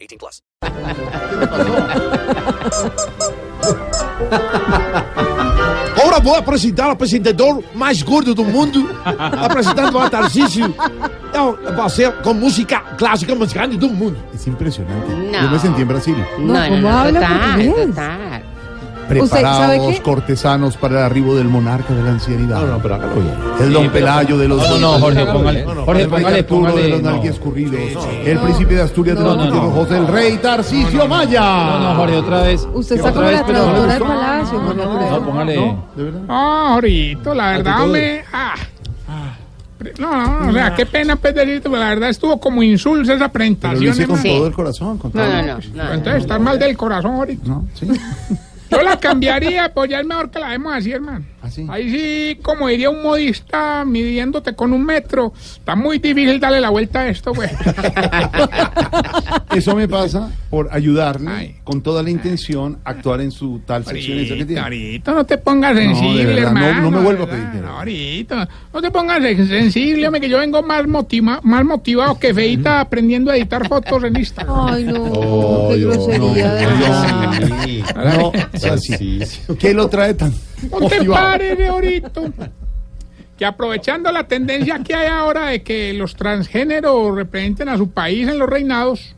18 plus. Agora vou apresentar o apresentador mais gordo do mundo, apresentando o Tarcísio. Então, vai ser com música clássica mais grande do mundo. Es impresionante. No. Yo me sentí en Brasil. No, no, ¿cómo no, habla total, portugués? total. sabe Preparados qué? cortesanos para el arribo del monarca de la ancianidad. No, no, pero El don Pelayo de los. No, no, Jorge, póngale. Jorge, el rey póngale, Arturo de los póngale. No, nalgues curridos. El príncipe de Asturias de No, los no, antiguos ojos. El rey Tarcisio Maya. no, no, Jorge, otra vez. Usted Otra está como vez, la pero- traductora del palacio, Jorge No, Alfredo. póngale. ¿De verdad? No, Jorito, Ah, la verdad, hombre. Ah. Pre- No, no, no, o sea, qué pena, pues, Pedrito, pero la verdad estuvo como insulsa esa Ah. Pero lo presentación. hice con hermano. todo el corazón. Con No, todo- no, no. no, no. Entonces, estás mal del corazón, Jorito. ¿No? ¿Sí? Yo la cambiaría, pues ya es mejor que la demos así, hermano. ¿Así? Ahí sí, como diría un modista midiéndote con un metro, está muy difícil darle la vuelta a esto, güey. Eso me pasa por ayudarle Ay. con toda la intención a actuar en su tal sección. esa que Ahorita, tiene. ahorita no te pongas sensible, de verdad, no- hermano. no me vuelvo a de verdad, pedir dinero. Ahorita, no te pongas sen- sensible, hombre, que yo vengo más, motiva, más motivado que feita aprendiendo a editar fotos en Instagram. Ay, no, Oh, qué yo- grosería, no, de yo- verdad. No, o sea, sí. ¿Qué lo trae tan No te motivado? pares de ahorita. Que aprovechando la tendencia que hay ahora de que los transgéneros representen a su país en los reinados.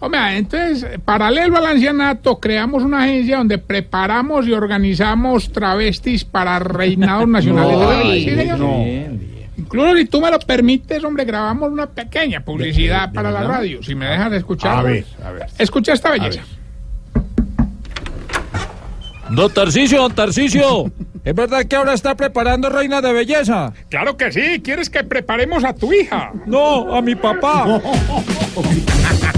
Hombre, entonces, eh, paralelo al ancianato, creamos una agencia donde preparamos y organizamos travestis para reinados nacionales. Ay, Sí, señor. No. Incluso si tú me lo permites, hombre, grabamos una pequeña publicidad para la radio. Si me dejas escuchar. A ver, a ver. Escucha esta belleza. Don Tarcicio, don Tarcicio, ¿es verdad que ahora está preparando reinas de belleza? Claro que sí. ¿Quieres que preparemos a tu hija? No, a mi papá.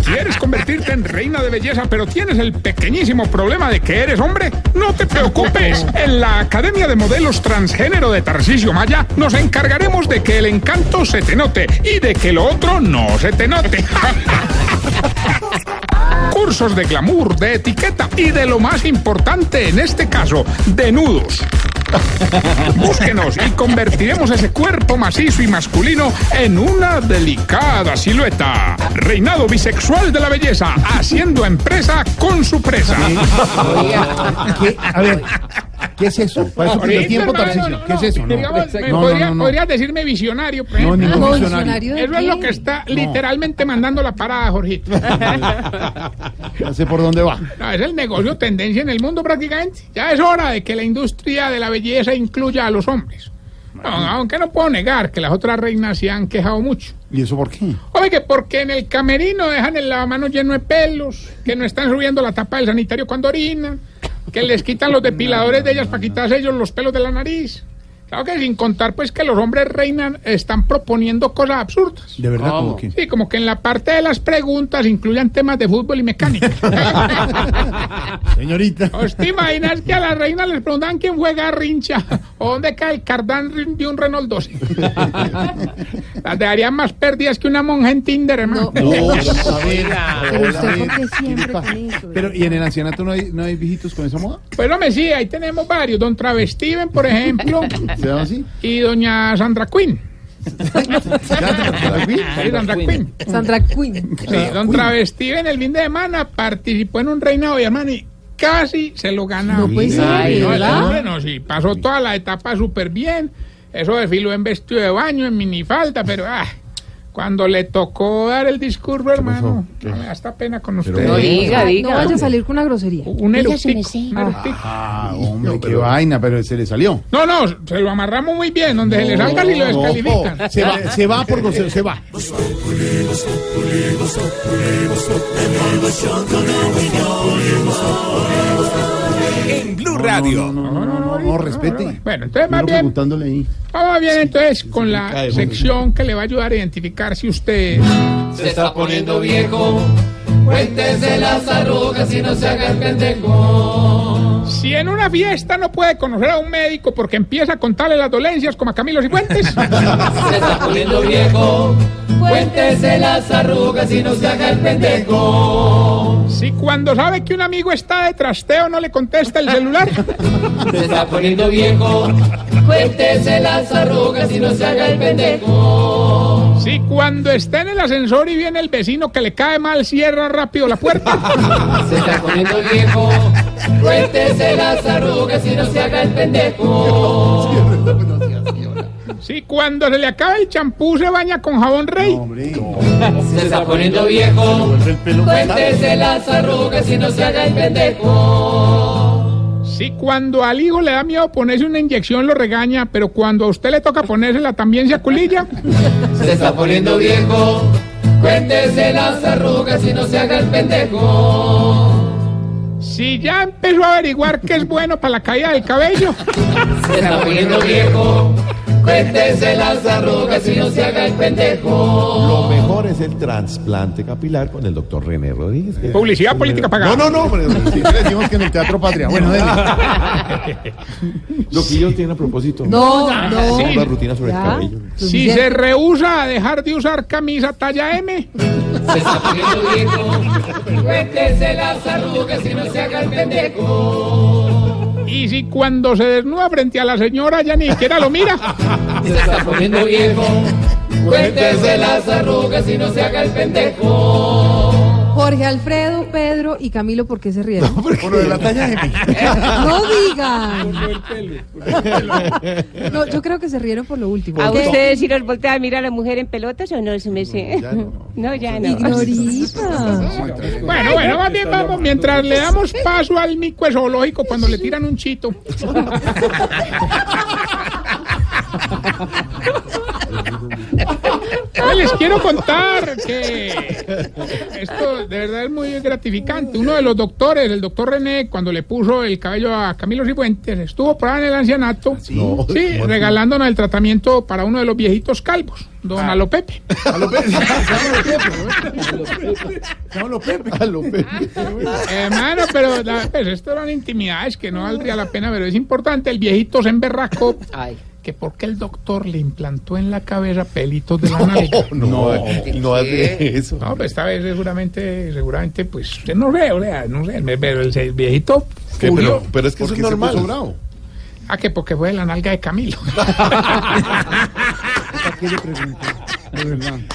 ¿Quieres convertirte en reina de belleza, pero tienes el pequeñísimo problema de que eres hombre? No te preocupes. En la Academia de Modelos Transgénero de Tarcisio Maya nos encargaremos de que el encanto se te note y de que lo otro no se te note. Cursos de glamour, de etiqueta y de lo más importante en este caso, de nudos. Búsquenos y convertiremos ese cuerpo macizo y masculino en una delicada silueta. Reinado bisexual de la belleza, haciendo empresa con su presa. Ah, ¿Qué? A ver, ¿qué es eso? Para eso tiene Ahorita, tiempo, hermano, Tarcisio. no, ¿Qué no. es eso? No. Digamos, me No, podría- no, no, no. podrías decirme visionario, por No, ejemplo. ningún No, funcionario. diccionario de Eso es lo que qué? está literalmente mandando la parada, Jorgito. No sé por dónde va. No, es el negocio tendencia en el mundo prácticamente. Ya es hora de que la industria de la belleza incluya a los hombres. No, aunque no puedo negar que las otras reinas se han quejado mucho. ¿Y eso por qué? Oye, que porque en el camerino dejan el lavamanos lleno de pelos, que no están subiendo la tapa del sanitario cuando orinan, que les quitan los depiladores de ellas para quitarse ellos los pelos de la nariz. Claro que sin contar pues que los hombres reinan están proponiendo cosas absurdas. ¿De verdad? ¿Cómo que? Sí, como que en la parte de las preguntas incluyan temas de fútbol y mecánica. Señorita. ¿Os te imaginas que a la reina les preguntan quién juega a rincha? ¿O dónde cae el cardán de un Renault 12? Las dejarían más perdidas que una monja en Tinder, hermano. No, a ver, Pero usted, a ¿por ver. qué siempre con eso? Pero, ¿y en el ancianato no hay, no hay viejitos con esa moda? Pero me sí, ahí tenemos varios. Don Travestiven, por ejemplo, ¿Se llama así? y doña Sandra Quinn. ¿Ya? ¿Aquí? Sí, Sandra Quinn. Sandra Quinn. Sí, don Travestiven, el fin de semana, participó en un reinado y hermano y casi se lo ganaba. No puede ser, Ay, no, el ¿verdad? hombre no, sí, pasó toda la etapa súper bien. Eso desfiló en vestido de baño, en minifalda, pero ah, cuando le tocó dar el discurso, hermano, no me da esta pena con usted. No diga, Ah, No diga. vaya a salir con una grosería. un eructico, un eructico. Ah, hombre, qué vaina, pero se le salió. No, no, se lo amarramos muy bien, donde se le salga y lo No, descalifican. Se va, se va por grosero, se va. En Blue No, Radio. no, no, no, no, no, respete. Bueno, entonces más Uno bien preguntándole ahí. Vamos Ah, bien entonces con la sección que le va a ayudar a identificar si usted Se está poniendo viejo. Cuéntese las arrugas y no se haga el pendejo. Si en una fiesta no puede conocer a un médico porque empieza a contarle las dolencias como a Camilo Cifuentes. Se está poniendo viejo. Cuéntese las arrugas y no se haga el pendejo. si cuando sabe que un amigo está de trasteo no le contesta el celular. Se está poniendo viejo. Cuéntese las arrugas y no se haga el pendejo. si cuando está en el ascensor y viene el vecino que le cae mal, cierra rápido la puerta. Se está poniendo viejo. Cuéntese las arrugas y no se haga el pendejo. si cuando se le acaba el champú se baña con jabón rey. Se está poniendo viejo. Cuéntese las arrugas y no se haga el pendejo. Si cuando al hijo le da miedo ponerse una inyección lo regaña, pero cuando a usted le toca ponérsela también se aculilla. Se está poniendo viejo. Cuéntese las arrugas y no se haga el pendejo. Si ya empezó a averiguar qué es bueno para la caída del cabello. Se está poniendo viejo. Cuéntese las arrugas y no se haga el Lo pendejo. mejor es el trasplante capilar con el doctor René Rodríguez. Publicidad política pagada. No, no, no. hombre, sí, le decimos que en el Teatro Patria. Bueno, dele. Lo que yo tiene a propósito. No, no. Sí. Una rutina sobre Ya, el cabello. Si suficiente. se rehúsa a dejar de usar camisa talla M. Se está poniendo viejo. Cuéntese las arrugas y no se haga el pendejo. Y si cuando se desnuda frente a la señora ya ni siquiera lo mira. Se está poniendo viejo. Cuéntese las arrugas y no se haga el pendejo. Jorge Alfredo, Pedro y Camilo, ¿por qué se rieron? Por lo de la talla de mi. No digan. No, yo creo que se rieron por lo último. ¿A ¿Qué? ustedes si los voltea a mirar a la mujer en pelotas o no? Eso me sé. No, ya no. Ignorita. Bueno, bueno, más bien vamos mientras le damos paso al mico zoológico cuando le tiran un chito. Hoy les quiero contar que esto de verdad es muy gratificante. Uno de los doctores, el doctor René, cuando le puso el cabello a Camilo Cifuentes, estuvo por ahí en el ancianato, sí, No. regalándonos el tratamiento para uno de los viejitos calvos, don Alopepe. A lo Pepe. Hermano, pero la- pues, esto eran intimidades que no valdría la pena, pero es importante. El viejito se emberracó que porque el doctor le implantó en la cabeza pelitos de la nariz. No, no hace eso. No, pues esta vez seguramente, seguramente, pues, usted no sé, o sea, no sé, me- pero el, el viejito ¿Qué, murió. pero, pero es que eso es normal. Ah, que porque fue de la nalga de Camilo.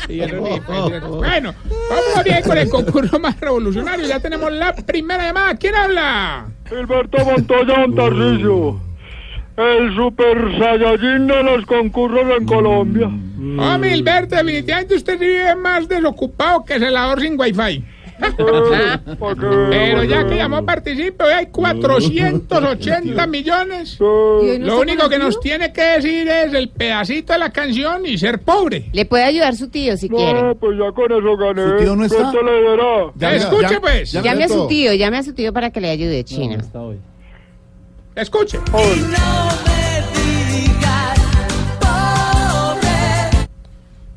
Y el René, pues, mira, bueno, vamos bien con el concurso más revolucionario. Ya tenemos la primera llamada. ¿Quién habla? Gilberto Montoya Montarrillo, el super saiyajin de los concursos en Colombia. Hombre, Hilberto, Ah, definitivamente usted sí vive más desocupado que celador sin wifi. Eh, pa' que vea, Pero pa' ya que vea. llamó participe, hoy hay 480 millones. Eh, hoy no Lo está único que conocido? nos tiene que decir es el pedacito de la canción y ser pobre. Le puede ayudar su tío si quiere. No, pues ya con eso gané. ¿Su tío no está? ¿Cuánto le dará? Escuche, pues. Llame a su tío, llame a su tío para que le ayude, China. Escuche.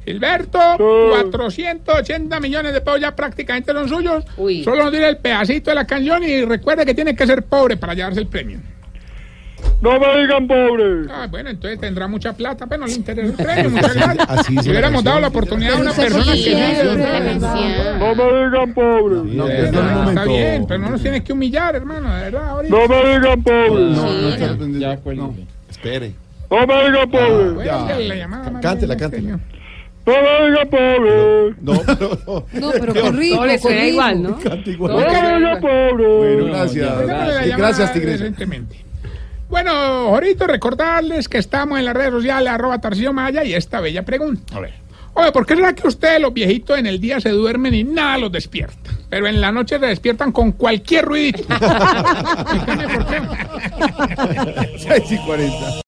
Gilberto, 480 millones de pesos ya prácticamente son suyos. Uy. Solo nos dirá el pedacito de la canción y recuerde que tiene que ser pobre para llevarse el premio. No me digan pobre. Ah, bueno, entonces tendrá mucha plata, pero no le interesa el premio. Muchas gracias. así es si la hubiéramos canción. dado la oportunidad a una Pero persona que Sí, es no- la canción. No me digan pobre. No, Bueno, perdón un Ah, Está momento. bien, pero no nos tienes que humillar, hermano, de verdad. ahorita. No me digan pobre. No, no, está- no. Espere. No me digan pobre. Bueno, Ya. la llamada, más Cántela, bien, cántela. señor. No me digan pobre. No, pero no. No, pero con ritmo, Todo le con suena ritmo. igual, ¿no? Canta igual. No me digan pobre. Bueno, gracias. Déjame la Sí, llamada Gracias, Tigres. decentemente. Bueno, Jorito, recordarles que estamos en las redes sociales, arroba Tarcillo Maya, y esta bella pregunta. A ver. Oye, ¿por qué será que ustedes, los viejitos, en el día se duermen y nada los despierta? Pero en la noche se despiertan con cualquier ruidito. Explícame por qué. 6 y 40.